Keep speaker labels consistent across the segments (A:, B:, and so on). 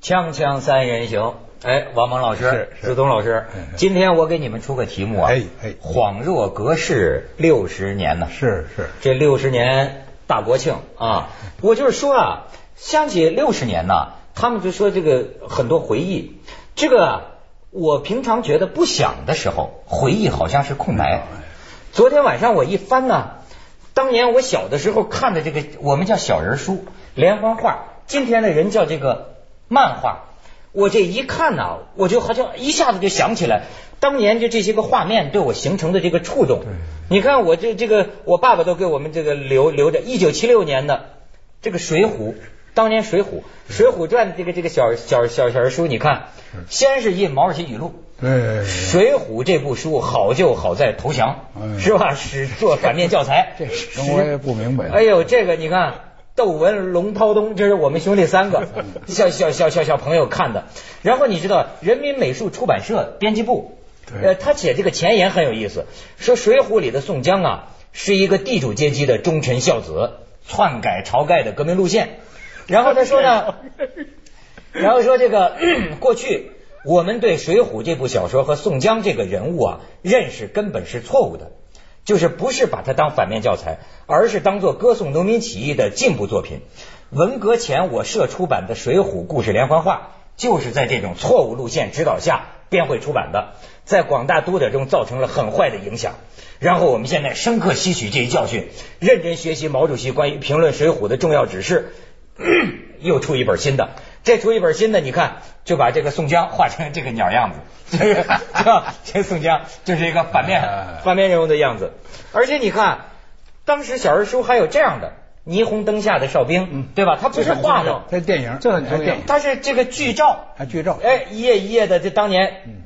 A: 锵锵三人行，哎，王蒙老师
B: 是、是嗯
A: 子东老师，今天我给你们出个题目啊，
B: 哎哎
A: 恍若隔世六十年呢，
B: 是是
A: 这六十年大国庆啊，
B: 嗯
A: 我就是说啊，想起六十年呐，他们就说这个很多回忆，这个啊我平常觉得不想的时候，回忆好像是空
C: 哎
A: 白。
B: 嗯
A: 昨天晚上我一翻呢，当年我小的时候看的这个我们叫小人书、连环画，今天的人叫这个漫画。我这一看呐、我就好像一下子就想起来当年就这些个画面对我形成的这个触动。你看我这这个，我爸爸都给我们这个留留着一九七六年的这个《水浒》，当年《水浒》《水浒传》这个这个小小小小人书，你看，先是印毛主席语录，
B: 对，
A: 《水浒》这部书好就好在投降，
B: 嗯
A: 是吧？是做反面教材。
B: 这是我也不明白
A: 哎呦，这个你看，窦文、龙涛东，这是我们兄弟三 个小小小小小朋友看的。然后你知道，人民美术出版社编辑部，
B: 对
A: 呃，他写这个前言很有意思，说《水浒》里的宋江啊，是一个地主阶级的忠臣孝子，篡改晁盖的革命路线。然后他说呢，然后说这个 过去我们对《水浒》这部小说和宋江这个人物啊认识根本是错误的，就是不是把它当反面教材，而是当做歌颂农民起义的进步作品。文革前我社出版的《水浒故事连环画》就是在这种错误路线指导下编绘出版的，在广大读者中造成了很坏的影响。然后我们现在深刻吸取这一教训，认真学习毛主席关于评论《水浒》的重要指示， 又出一本新的。这出一本新的，你看就把这个宋江画成这个鸟样子， 这个是吧？这宋江就是一个反面
B: 哎
A: 反面人物的样子。而且你看，当时小人书还有这样的霓虹灯下的哨
B: 嗯
A: 兵，对吧？他不是画的，
B: 这电影
C: 这很重要
B: 哎电影
A: 他是这个剧照，
B: 还剧照，
A: 哎，一页一页的，这当年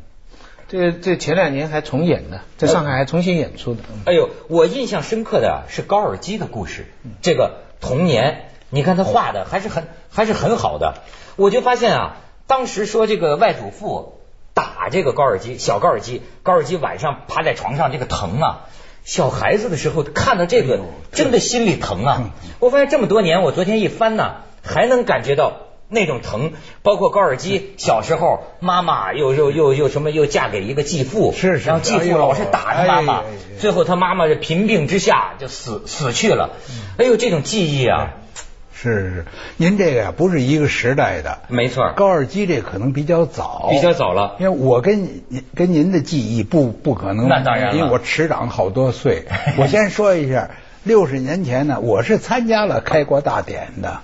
C: 这这前两年还重演的，在上海还重新演出的。嗯
A: 哎呦，我印象深刻的是高尔基的故事，这个童年，你看他画的还是很还是很好的。我就发现啊，当时说这个外祖父打这个高尔基，小高尔基，高尔基晚上趴在床上这个疼啊。小孩子的时候看到这个，真的心里疼啊！我发现这么多年，我昨天一翻呢，还能感觉到那种疼。包括高尔基小时候，妈妈又又又又什么又嫁给一个继父，
B: 是是
A: 然后继
B: 哎
A: 父
B: 呦
A: 老是打他妈妈
B: 哎哎哎，
A: 最后他妈妈是贫病之下就死死去了。
B: 嗯
A: 哎呦，这种记忆啊，
B: 是是，您这个呀不是一个时代的，
A: 没错儿，
B: 哎高尔基这可能比较早，
A: 比较早了。
B: 因为我跟您跟您的记忆不不可能，
A: 那当然了
B: 因为我迟长好多岁。我先说一下，六十年前呢，我是参加了开国大典的。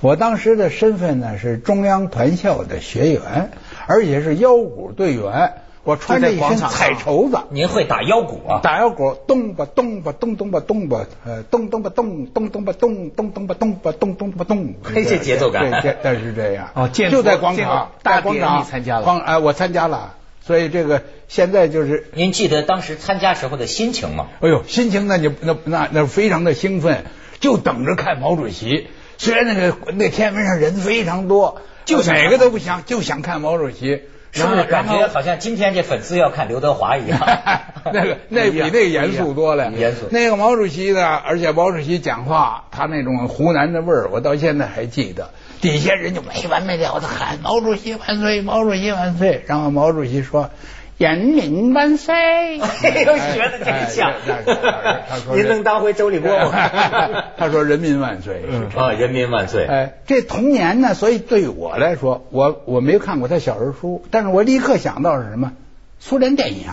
B: 我当时的身份呢是中央团校的学员，而且是腰鼓队员。我穿着一
C: 就在广
B: 身
C: 场上
B: 彩绸子，
A: 您会打腰鼓啊？
B: 打腰鼓，咚吧咚吧咚咚吧咚吧，呃，咚咚吧咚咚咚吧咚咚咚吧咚吧咚咚吧咚。
A: 嘿这节奏感
B: 对，这但是这样。
C: 哦建
B: 就
C: 国
B: 在广
C: 建国
B: 场，
C: 大
B: 在广
C: 典
B: 场
C: 你参加了
B: 广哎，我参加了，所以这个现在就是
A: 您记得当时参加时候的心情吗？
B: 哎呦，心情那就那那那非常的兴奋，就等着看毛主席。虽然那个那天门上人非常多，
A: 就
B: 就
A: 想
B: 哪个都不想，就想看毛主席。？
A: 是不是感觉好像今天这粉丝要看刘德华一样
B: 那 个那比那个严肃多了，
A: 严肃
B: 那个毛主席呢，而且毛主席讲话，他那种湖南的味儿，我到现在还记得。底下人就没完没了的喊毛主席万岁，毛主席万岁。然后毛主席说：“人民万 岁。”
A: 哎呦，学的真像
B: 哎那那他。说
A: 您能当回周立波吗
B: ？他说人民万岁。
A: 啊，人民万岁！
B: 哎，这童年呢，所以对我来说，我我没看过他小人书，但是我立刻想到是什么？苏联电影。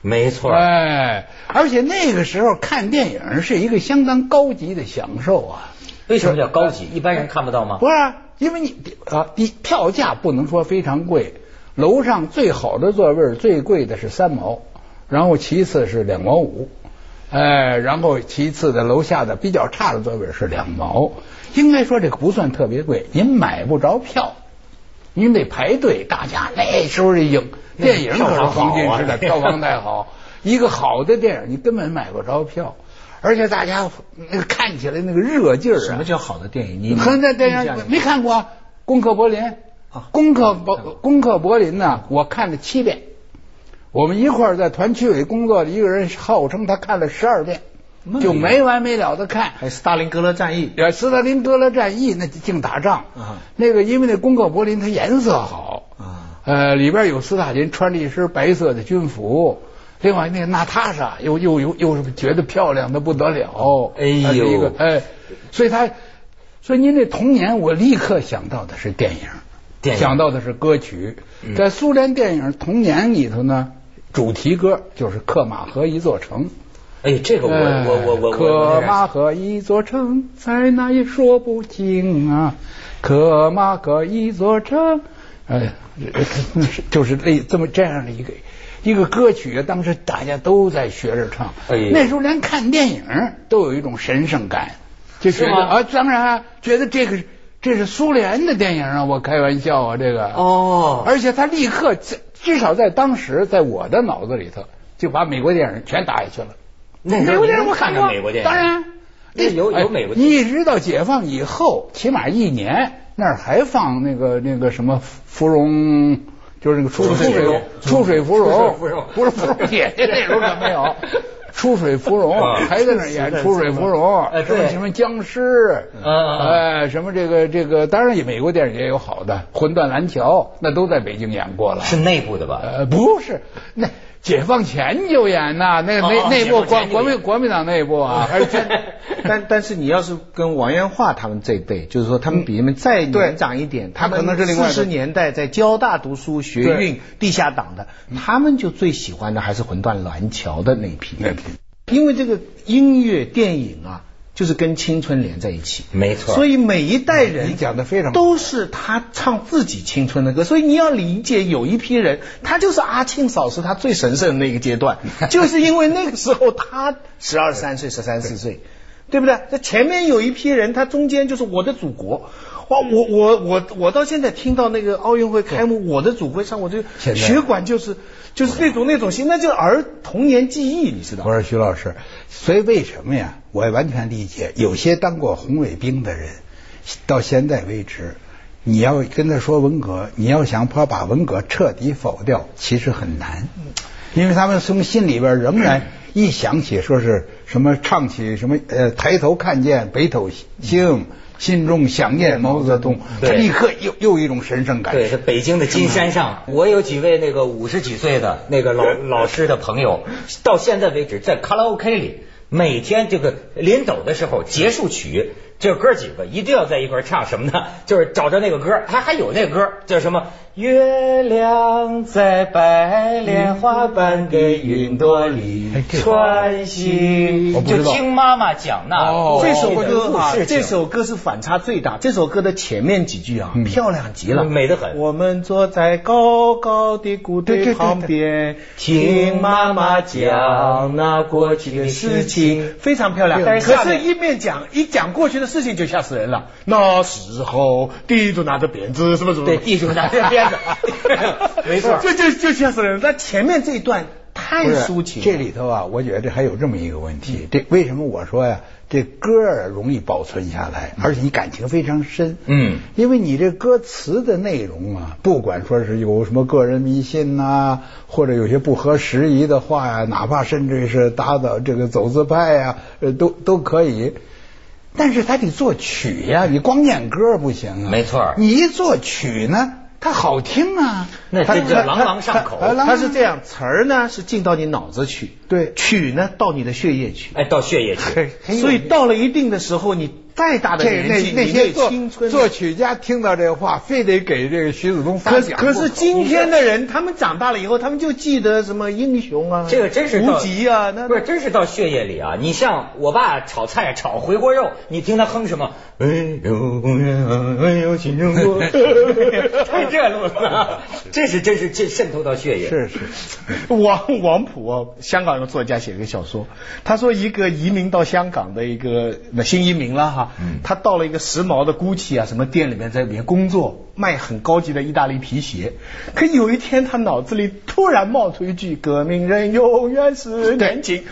A: 没错儿，
B: 哎，而且那个时候看电影是一个相当高级的享受啊。
A: 为什么叫高级？一般人看不到吗？
B: 不是啊，因为你啊，你票价不能说非常贵，楼上最好的座位儿最贵的是三毛，然后其次是两毛五，哎，然后其次的楼下的比较差的座位是两毛，应该说这个不算特别贵，您买不着票。您得排队，大家那时候的影电影可是黄金时代，
A: 票
B: 票
A: 房
B: 房
A: 太
B: 太好。一个好的电影你根本买不着票，而且大家那个看起来那个热劲儿啊，
C: 什么叫好的电 影？你
B: 可能在电
C: 嗯印象
B: 影
C: 里
B: 没看过《攻克柏林》
C: 啊
B: 攻克柏攻克柏林》呢，我看了七遍。我们一块儿在团区里工作的一个人号称他看了十二遍，
C: 那
B: 就没完没了的看。
C: 还有斯大林格勒战 役，
B: 呃，斯大林格勒战役那净打仗，
C: 啊
B: 那个因为那公告柏林它颜色好，
C: 啊
B: 呃，里边有斯大林穿着一身白色的军服，另外那个娜塔莎又又又又是觉得漂亮的不得了，
A: 哎呦
B: 她是一个哎，所以他，所以您这童年，我立刻想到的是电影，
A: 电影
B: 想到的是歌曲，
A: 嗯
B: 在苏联电影童年里头呢，主题歌就是《克马河一座城》。
A: 哎，这个我我我我我
B: 可
A: 我
B: 马河一座城，在哪也说不清啊。可马河一座城，哎， 就是类这么这样的一个一个歌曲，啊当时大家都在学着唱。
A: 哎呀
B: 那时候连看电影都有一种神圣感，就觉
A: 是
B: 得
A: 吗
B: 啊，当然啊觉得这个是这是苏联的电影啊，我开玩笑啊，这个
A: 哦
B: 而且他立刻在至少在当时，在我的脑子里头就把美国电影全打下去了。
A: 那时
B: 美
A: 候
B: 国
A: 您
B: 电影我
A: 看
B: 看
A: 着
B: 过，
A: 美国电影，
B: 当然哎
A: 那有有美国电
B: 你一直到解放以后，起码一年那儿还放那个那个什么芙蓉。就是那个出
A: 出水
B: 出
A: 芙蓉
B: 水出水芙蓉，
A: 出水芙蓉
B: 不是芙蓉姐 姐那时候可没有，出水芙蓉
A: 啊
B: 还在那儿演出水芙蓉
A: 哎，
B: 什
A: 对
B: 么什么僵尸，
A: 嗯嗯嗯
B: 哎，什么这个这个，当然也美国电影也有好的，《魂断蓝桥》那都在北京演过了，
A: 是内部的吧？
B: 呃，不是，那解放前就演呐，那
A: 哦
B: 内、
A: 哦
B: 内部
A: 解放前就演
B: 国国民国民党内部啊，而且
C: 但但是你要是跟王元化他们这一辈，就是说他们比你们再年长一点，他们
B: 可能是另外
C: 四
B: 的
C: 十年代在交大读书、学运、地下党的，他们就最喜欢的还是《魂断蓝桥》的那一批，
B: 那批
C: 因为这个音乐、电影啊，就是跟青春连在一起。
A: 没错，
C: 所以每一代
B: 你
C: 人
B: 讲得非常好
C: 都是他唱自己青春的歌，所以你要理解有一批人，他就是阿庆嫂是他最神圣的那个阶 段，就是因为那个时候他十二三岁、十三四岁，对不对？那前面有一批人，他中间就是我的祖国。哇，我我我我到现在听到那个奥运会开幕，我的祖国上，我就
B: 现在
C: 血管就是就是那种那种心，那就是儿童年记忆，你知道吗？
B: 我说徐老师，所以为什么呀？我完全理解，有些当过红卫兵的人，到现在为止，你要跟他说文革，你要想把把文革彻底否掉，其实很难，
A: 嗯
B: 因为他们从心里边仍然 一想起说是什么唱起什么呃抬头看见北斗星，心中想念毛泽东，他
A: 嗯对
B: 立刻又又一种神圣感。
A: 对，是北京的金山上，我有几位那个五十几岁的那个老老师的朋友，到现在为止在卡拉 OK 里，每天这个临走的时候结束曲，这哥几个一定要在一块儿唱什么呢？就是找着那个歌，还还有那歌叫什么？月亮在白莲花般的云朵里
B: 哎这个
A: 穿行
B: 我，不
A: 就
B: 知道
A: 听妈妈讲那
B: 哦
A: 过去的
C: 这首歌啊
A: 故事，情
C: 这首歌是反差最大。这首歌的前面几句啊，
B: 嗯
C: 漂亮极了，
A: 美得很
C: 我们坐在高高的谷
B: 对对
C: 堆
B: 对
C: 旁边，
A: 听
C: 听妈妈讲那过去的事情，非常漂亮
A: 但。是
C: 可
A: 下
C: 是，
A: 面
C: 一面讲一讲过去的事情就吓死人了。那时候，地主拿着鞭子，什么什么，
A: 对地主拿着鞭 子 没错
C: 这就就吓死人了。但前面这一段太
B: 不是
C: 抒情了，
B: 这里头啊，我觉得还有这么一个问题，这为什么我说呀、这歌儿啊容易保存下来，而且你感情非常深。
A: 嗯
B: 因为你这歌词的内容啊，不管说是有什么个人迷信呐、或者有些不合时宜的话呀、哪怕甚至于是打倒这个走资派呀、呃，都都可以。但是他得作曲呀、你光念歌不行啊。
A: 没错儿
B: 你一作曲呢，它好听啊，
A: 那
B: 它
A: 这叫
B: 它
A: 朗朗上口
B: 它它朗
C: 它是这样，词儿呢是进到你脑子去，
B: 对
C: 曲呢到你的血液去，
A: 哎，到血液去。
C: 所以到了一定的时候，你再大的
B: 这
C: 年
B: 那
C: 纪，
B: 那
C: 你
B: 些
C: 对
B: 作
C: 青春的
B: 作曲家听到这话，非得给这个徐子东发
C: 可
B: 奖。
C: 可是今天的人，他们长大了以后，他们就记得什么英雄啊，
A: 这个真是
C: 无
A: 到
C: 极啊，那
A: 不是真是到血液里啊！你像我爸炒菜炒回锅肉，你听他哼什么？温柔公园啊，温柔新中国， 太这路子了， 这是真是这渗透到血液。
B: 是是，
C: 王王普啊，香港一个作家写了一个小说，他说一个移民到香港的一个那新移民了哈，他到了一个时髦的 GUCCI 啊什么店里面，在里面工作，卖很高级的意大利皮鞋。可有一天，他脑子里突然冒出一句“革命人永远是年轻”，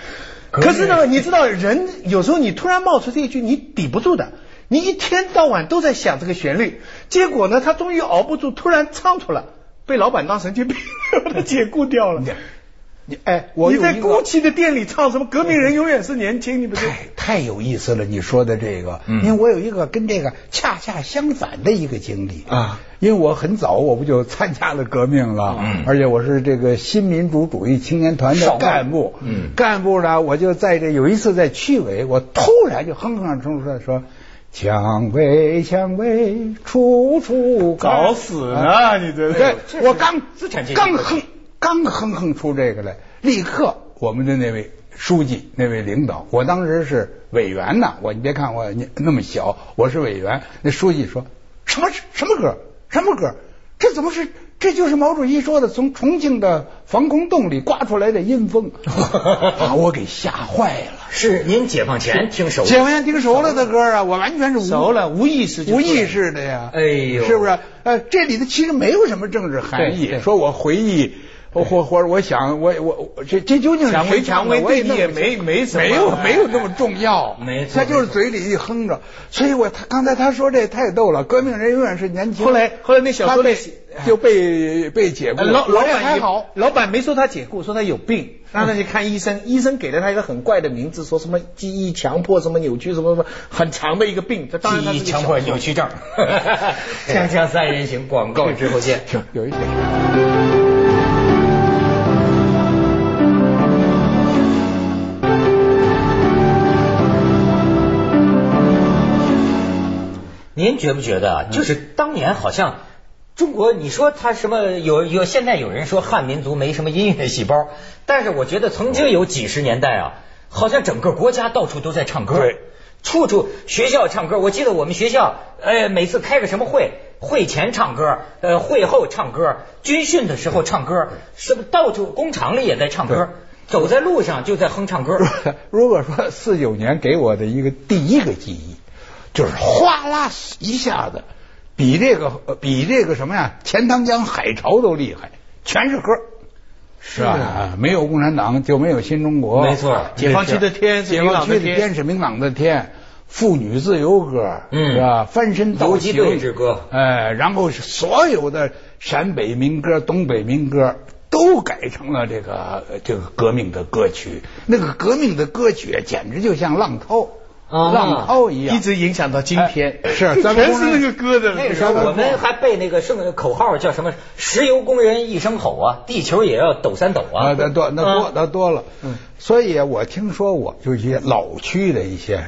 C: 可是呢，你知道人有时候你突然冒出这一句，你抵不住的。你一天到晚都在想这个旋律，结果呢，他 终于熬不住，突然唱出来，被老板当神经病，把他解雇掉了。
B: 你哎，我
C: 你
B: 有
C: 在
B: 一个
C: GUCCI 的店里唱什么“革命人永远是年轻”，你不是？
B: 太太有意思了，你说的这个，
A: 嗯
B: 因为我有一个跟这个恰恰相反的一个经历
C: 啊，
B: 因为我很早我不就参加了革命了，
A: 嗯
B: 而且我是这个新民主主义青年团
A: 少
B: 的
A: 干
B: 干部，
A: 嗯
B: 干部呢，我就在这有一次在区委，我突然就哼哼出来说。蔷薇，蔷薇，处处开
C: 搞死啊你这
B: 对，我刚
A: 资产阶级
B: 刚哼刚哼哼出这个来，立刻我们的那位书记那位领导，我当时是委员呢，我你别看我年那么小，我是委员。那书记说什么什么歌什么歌，这怎么是？这就是毛主席说的，从重庆的防空洞里刮出来的阴 风，把我给吓坏了。
A: 是您解放前听熟的
B: 解放前听熟了的歌啊，我完全是无
C: 熟了无意识就
B: 无
C: 出来
B: 意
C: 了
B: 识的呀。
A: 哎呦
B: 是不是？呃，这里头其实没有什么政治含义
C: 对。对
B: 说我回忆，或或或者我想，我我我这这究竟是
C: 蔷薇
B: 谁唱的
C: 蔷薇
B: 我也
C: 对你也
B: 弄不清
C: 没没什么
B: 没有
C: 哎
B: 没有那么重要。
A: 没错
B: 他就是嘴里一哼着。所以我他刚才他说这太逗了，革命人永远是年轻。
C: 后来后来那小说
B: 他被
C: 里写
B: 就被被解雇
C: 呃
B: 了。
C: 老
B: 我
C: 老
B: 这
C: 板
B: 还
C: 也
B: 好。
C: 老板没说他解雇，说他有 病，让他去看医生。医生给了他一个很怪的名字，说什么记忆强迫、什么扭曲、什么什么很长的一个病。这当然他
A: 记
C: 是
A: 忆
C: 个
A: 强迫
C: 小说
A: 扭曲 症。 锵锵三人行，广告之后见。
B: 有一点。
A: 您觉不觉得啊？就是当年好像中国，你说他什么有有？现在有人说汉民族没什么音乐细胞，但是我觉得曾经有几十年代啊，好像整个国家到处都在唱歌，
B: 对，
A: 处处学校唱歌。我记得我们学校，呃，每次开个什么会，会前唱歌，呃，会后唱歌，军训的时候唱歌，什么到处工厂里也在唱歌，走在路上就在哼唱 歌。
B: 如果说四九年给我的一个第一个记忆，就是哗啦一下子，比这个呃比这个什么呀，钱塘江海潮都厉害，全是歌。是吧？啊没有共产党就没有新中国。啊
A: 没错
C: 解放区的天是
B: 解
C: 明
B: 放
C: 朗
B: 区
C: 的天
B: 的天是明朗的天，妇女自由歌，
A: 嗯
B: 是吧？翻身
A: 游
B: 到
A: 击
B: 行
A: 队之歌
B: 哎，然后是所有的陕北民歌、东北民歌都改成了这个呃这个革命的歌曲。那个革命的歌曲简直就像浪涛，
A: 啊
B: 浪涛一样，
C: 一直影响到今天。
B: 哎是咱们
C: 全
B: 工
C: 是
B: 人
C: 那个歌 的。
A: 那个时候我们还背那个圣口号叫什么“石油工人一声吼啊，地球也要抖三抖啊
B: 啊，那多那多那多了。
C: 嗯
B: 所以啊我听说我就是一些老区的一些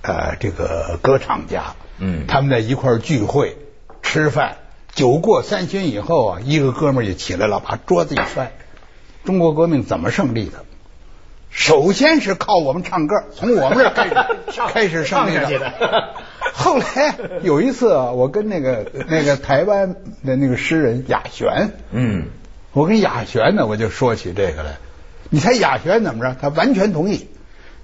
B: 呃这个歌唱家，
A: 嗯
B: 他们在一块儿聚会吃饭，酒过三巡以后啊，一个哥们儿就起来了，把桌子一摔，中国革命怎么胜利的？首先是靠我们唱歌，从我们这儿开始
A: 唱
B: 开始胜利
A: 唱下去的
B: 的。后来有一次啊，我跟那个那个台湾的那个诗人雅璇，
A: 嗯，
B: 我跟雅璇呢，我就说起这个来。你猜雅璇怎么着？他完全同意。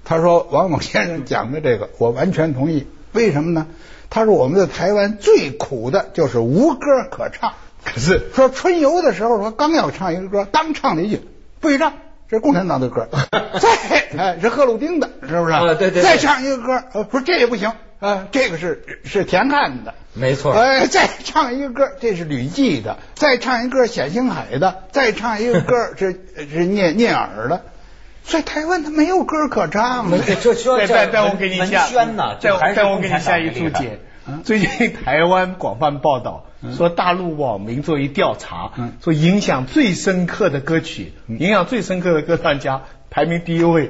B: 他说王猛先生讲的这个，我完全同意。为什么呢？他说我们在台湾最苦的就是无歌可唱。
C: 可是
B: 说春游的时候，说刚要唱一个歌，刚唱了一句不许唱，这是共产党 的歌。再哎是贺鲁丁的，是不是？
A: 啊对对对
B: 再唱一个歌，呃，不是这也不行，啊，这个是是田汉的。
A: 没错。
B: 哎，再唱一个歌，这是吕骥的；再唱一个冼星海的；再唱一个歌是呃是聂聂耳的。所以台湾它没有歌可唱了。
A: 这说
C: 嗯再
A: 这
C: 再再我给你下，
A: 文宣呐，
C: 再
A: 这还
C: 我
A: 是
C: 再我给你下一注
A: 共产党的嗯厉害
C: 解。最近台湾广泛报道
B: 嗯
C: 说，大陆网民做一调查
B: 嗯，
C: 说影响最深刻的歌曲，
B: 嗯
C: 影响最深刻的歌唱家排名第一位，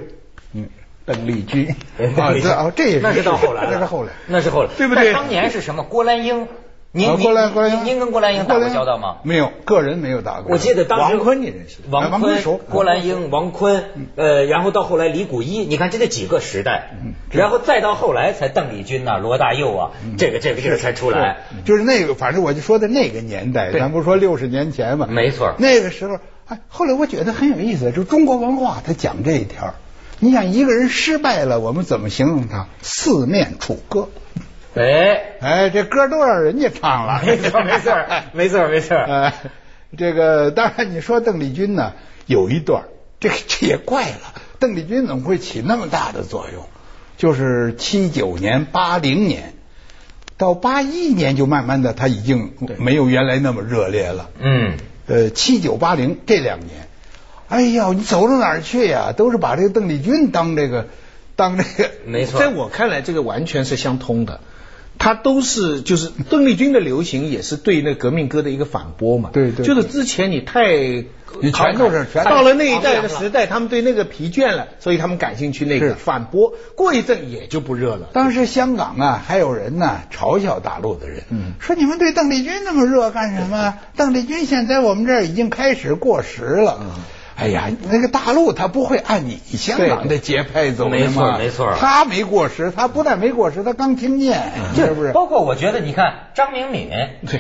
B: 嗯
C: 邓丽 君。
B: 啊这哦这也是
A: 那是到后来了，
B: 那是后来
A: 那是后来，
C: 对不对
A: 但当年是什么？郭兰英，您
B: 啊
A: 您
B: 郭兰郭兰英
A: 您您跟郭兰英打过交道吗？
B: 没有，个人没有打过。
A: 我记得当时
C: 王坤你认识
A: 王
B: 啊哎王
A: 坤
B: 坤熟啊
A: 郭兰英、王坤，呃，然后到后来李谷一，你看这得几个时代，然后再到后来才邓丽君呐、罗大佑啊，这个这个这个才出来。
B: 对就是那个，反正我就说的那个年代，
C: 对
B: 咱不说六十年前嘛，
A: 没错
B: 那个时候，哎，后来我觉得很有意思，就中国文化它讲这一条。你想一个人失败了，我们怎么形容他？四面楚歌。
A: 哎，
B: 哎，这歌都让人家唱了，
A: 没错没 错没错没错
B: 哎，这个当然你说邓丽君呢，有一段儿，这个这也怪了，邓丽君怎么会起那么大的作用？就是七九年、八零年到八一年，就慢慢的她已经没有原来那么热烈了。
A: 嗯，
B: 呃，七九八零这两年，哎呦，你走到哪儿去呀、都是把这个邓丽君当这个当这个
A: 没错，
C: 在我看来，这个完全是相通的。它都是就是邓丽君的流行，也是对那革命歌的一个反驳嘛。
B: 对对
C: 就是之前你太
B: 你全都是全都是
C: 到了那一代的时代，他们对那个疲倦了，所以他们感兴趣那
B: 是
C: 个反驳。过一阵也就不热了。
B: 当时香港啊，还有人呢嘲笑大陆的人，
C: 嗯
B: 说你们对邓丽君那么热干什么？ 邓丽君现在我们这儿已经开始过时了。
A: 嗯
B: 哎呀，那个大陆他不会按你香 港的节拍走的
A: 没错
B: 嘛
A: 没错
B: 他没过时，他不但没过时，他刚听见，
A: 嗯
B: 是不是？
A: 包括我觉得，你看张明敏，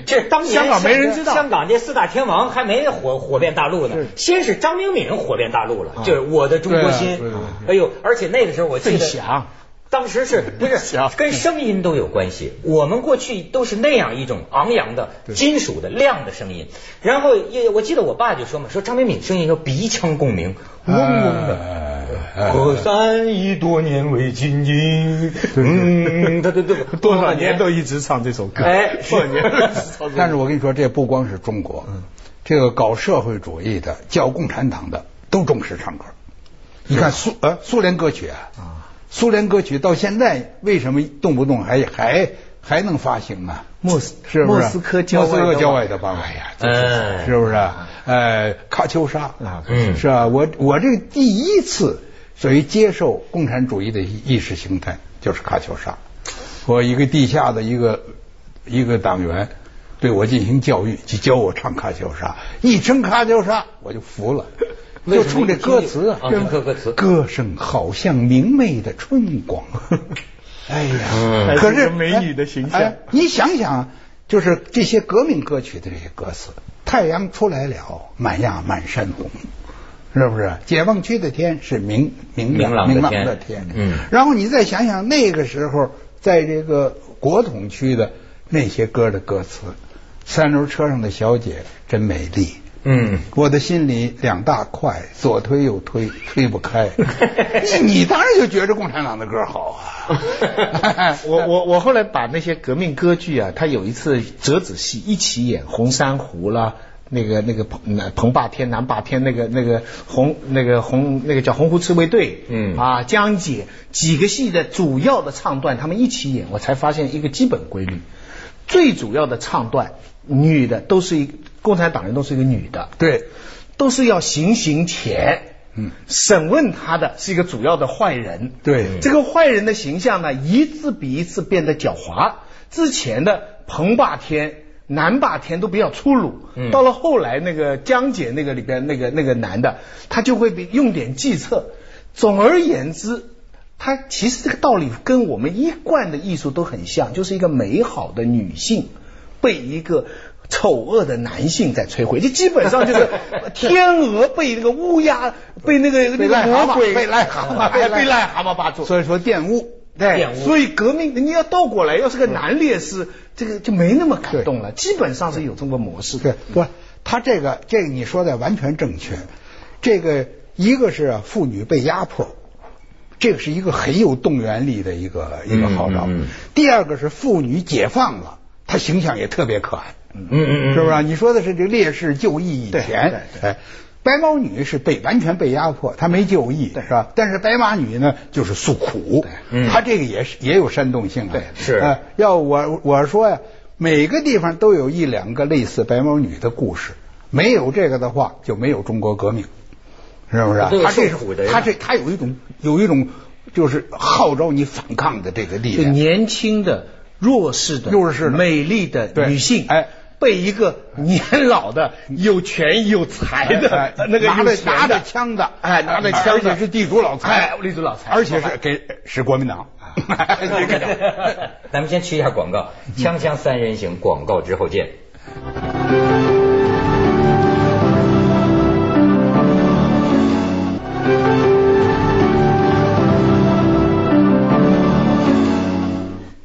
A: 这当年
C: 香港没人知道
A: 香港这四大天王还没火火遍大陆呢
B: 是。
A: 先是张明敏火遍大陆了，就是《我的中国心
B: 对啊对对》。
A: 哎呦，而且那个时候我记
C: 邓
A: 得。
C: 霞，
A: 当时是不是跟声音都有关系？我们过去都是那样一种昂扬的、金属的、亮的声音。然后也我记得我爸就说嘛，说张明敏声音有鼻腔共鸣，嗡嗡的。
B: 嗯哎
A: 河山已多年未见你。嗯，对对对，
C: 多少年都一直唱这首歌，
A: 哎
C: 多少年都一直唱这首歌。
B: 但是我跟你说，这不光是中国，
C: 嗯
B: 这个搞社会主义的、叫共产党的都重视唱歌。你看苏呃苏联歌曲啊，苏联歌曲到现在为什么动不动还还还能发行啊？
C: 莫斯
B: 是不是
C: 莫斯科郊
B: 莫斯
C: 外的哎
B: 科郊
C: 晚
B: 外的傍晚呀，
A: 嗯
B: 是不是？呃，喀秋莎
C: 啊
A: 嗯
B: 是吧？我我这个第一次所谓接受共产主义的意识形态就是喀秋莎，我一个地下的一个一个党员对我进行教育，就教我唱喀秋莎，一听喀秋莎我就服了。
A: 为
B: 就
A: 什么
B: 冲这歌词
A: 啊听歌歌词
B: 歌声好像明媚的春光。 哎呀
A: 嗯，
B: 可
C: 还是
B: 是
C: 个美女的形象。
B: 哎哎你想想，就是这些革命歌曲的这些歌词，太阳出来了，满呀满山红，是不是？解放区的天是明明
A: 明朗的
B: 明朗
A: 天
B: 的天，
A: 嗯
B: 然后你再想想那个时候，在这个国统区的那些歌的歌词，三轮车上的小姐真美丽。
A: 嗯，
B: 我的心里两大块，左推右推，推不 开。你你当然就觉着共产党的歌好 啊
C: 我我我后来把那些革命歌剧啊，他有一次折子戏一起演《红珊瑚》啦，那个那个彭那彭霸天、南霸天，那个那个红那个红那个叫洪湖赤卫队，
A: 嗯
C: 啊，江姐几个戏的主要的唱段，他们一起演，我才发现一个基本规律，最主要的唱段，女的都是一共产党人都是一个女的，
B: 对，
C: 都是要行刑前，
B: 嗯
C: 嗯，审问他的是一个主要的坏人，
B: 对
C: 这个坏人的形象呢，一次比一次变得狡猾。之前的彭霸天、南霸天都比较粗鲁，
A: 嗯
C: 到了后来那个江姐那个里边那个那个男的，他就会比用点计策。总而言之。他其实这个道理跟我们一贯的艺术都很像，就是一个美好的女性被一个丑恶的男性在摧毁，这基本上就是 天鹅被那个乌鸦被那个那
B: 被
C: 个
B: 癞蛤
C: 魔
B: 蟆
C: 鬼
B: 被癞 蛤蟆
C: 被
B: 被
C: 被
B: 癞
C: 癞蛤蟆霸住，
B: 所以说玷污。
A: 玷污
C: 所以革命你要倒过来，要是个男烈士，这个就没那么感动了，基本上是有这么个模式
B: 对
C: 的。，
B: 不，他这个这个你说的完全正确。这个一个是啊妇女被压迫，这个是一个很有动员力的一个一个号召。
A: 嗯嗯嗯
B: 第二个是妇女解放了，她形象也特别可爱。
A: 嗯嗯嗯，
B: 是不是啊？你说的是这烈士就义以前，
C: 对对对
B: 哎，白毛女是被完全被压迫，她没就义，是吧？但是白马女呢，就是诉苦
A: 嗯，
B: 她这个也是也有煽动性啊。
C: 对
A: 是
B: 呃要我我说呀，每个地方都有一两个类似白毛女的故事，没有这个的话，就没有中国革命，是不是啊？
A: 都有
B: 她这
A: 受苦的人
B: 她这她有一种有一种就是号召你反抗的这个力
C: 就
B: 量。
C: 年轻的、弱势的、
B: 弱势的
C: 美丽的
B: 对
C: 女性，
B: 哎
C: 被一个年老的、有权有财的、
B: 哎哎
C: 那个
B: 拿着
C: 有钱
B: 拿着枪的
C: 哎，拿着枪的，
B: 而且是地主老财
C: 哎，地主老财，
B: 而且是给是国民党。
A: 咱们先去一下广告，《锵锵三人行》广告之后见。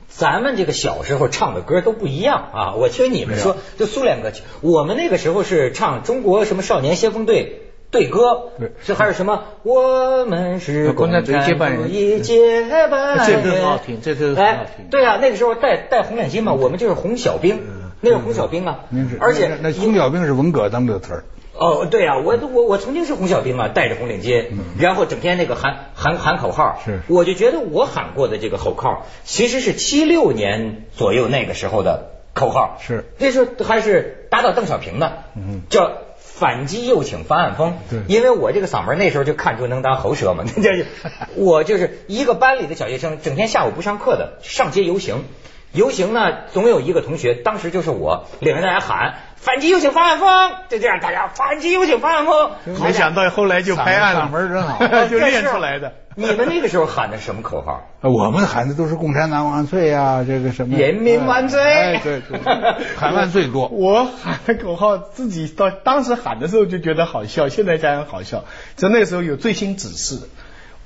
A: 咱们这个小时候唱的歌都不一样啊！我听你们说，就苏联歌曲，我们那个时候是唱中国什么少年先锋队队歌
B: 对，
A: 这还有什么？我们是
C: 共
A: 共
C: 产
A: 产
C: 主义接班人
A: 主义接班人，
C: 这个很好听这个很好
A: 哎
C: 听，
A: 对啊，那个时候带带红领巾嘛，我们就是红小兵，那是红小兵啊
B: 嗯您是，，
A: 而且
B: 那那红小兵是文革当的词儿，
A: 哦，对啊，我我我曾经是红小兵啊，戴着红领巾，然后整天那个喊喊喊口号。
B: 嗯是
A: 我就觉得我喊过的这个口号，其实是七六年左右那个时候的口号。
B: 是
A: 那时候还是打倒邓小平的，
C: 嗯
A: 叫反击右倾翻案风。
B: 对
A: 因为我这个嗓门那时候就看出能当喉舌嘛， 那就是我就是一个班里的小学生，整天下午不上课的，上街游行。游行呢，总有一个同学，当时就是我，领着大家喊反击右倾翻案风，就这样，大家反击右倾翻案哎风。
C: 没想到后来就拍案
B: 嗓
C: 了，
B: 门真好
C: 就练出来的。
A: 你们那个时候喊的什么口 号？
B: 我们喊的都是共产党万岁啊，这个什么
A: 人民万岁
B: 哎，对对， 喊万岁多。
C: 我喊的口号，自己到当时喊的时候就觉得好笑，现在想想好笑。就那时候有最新指示，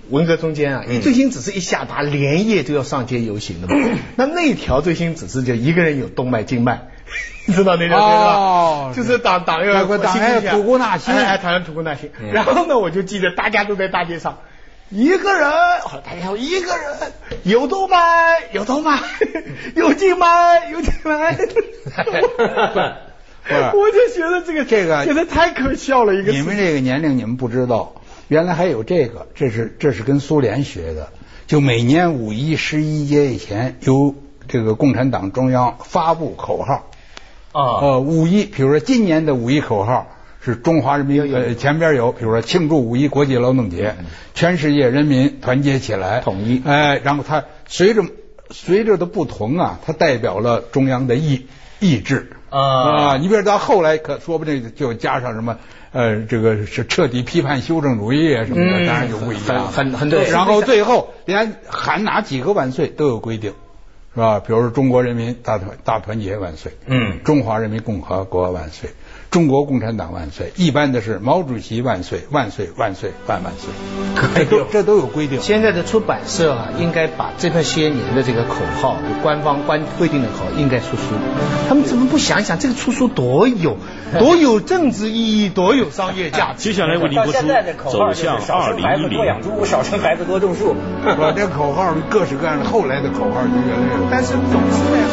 C: 文革中间啊，
A: 嗯
C: 最新指示一下达，连夜就要上街游行的嘛。那那条最新指示就一个人有动脉静脉。 你知道那条对吧？
B: 哦
C: 就是党党
B: 党
C: 要
B: 国党
C: 要
B: 要吐故纳新
C: 哎，哎党要吐故纳新。
A: 嗯
C: 然后呢，我就记得大家都在大街上，一个人，哦大家说一个人有动脉，有动脉， 有静脉，有静 脉。
B: 不是
C: 我就觉得这个
B: 这个
C: 觉得太可笑了，一个
B: 你们这个年龄你们不知道，原来还有这个，这是这是跟苏联学的，就每年五一、十一节以前，由这个共产党中央发布口号。
A: 啊，
B: 呃，五一，比如说今年的五一口号是中华人民呃前边有，比如说庆祝五一国际劳动节，全世界人民团结起来，
C: 统一
B: 哎，然后它随着随着的不同啊，它代表了中央的意意志
A: 啊
B: 你比如到后来可说不定就加上什么呃，这个是彻底批判修正主义啊什么的，
A: 嗯
B: 当然就不一样，
C: 很很很
A: 对
B: 然后最后连喊哪几个万岁都有规定。是吧？比如说中国人民大团大团结万岁，
A: 嗯
B: 中华人民共和国万岁，中国共产党万岁，一般的是毛主席万岁，万岁，万岁，万万岁，这
C: 哎
B: 都这都有规定。
C: 现在的出版社啊，应该把这段些年的这个口号，官方官规定的口号应该出书。他们怎么不想一想这个出书多 有多有政治意义，多有商业价值？
D: 接下来为您
A: 到
D: 播出
A: 现在的口
D: 《走
A: 号就是
D: 向
A: 少
D: 二
A: 生孩
D: 零
A: 子
D: 一零
A: 多》。养猪，少生孩子多种树。
B: 我这口号各式各样的，后来的口号就越来越多。
C: 但是总是在。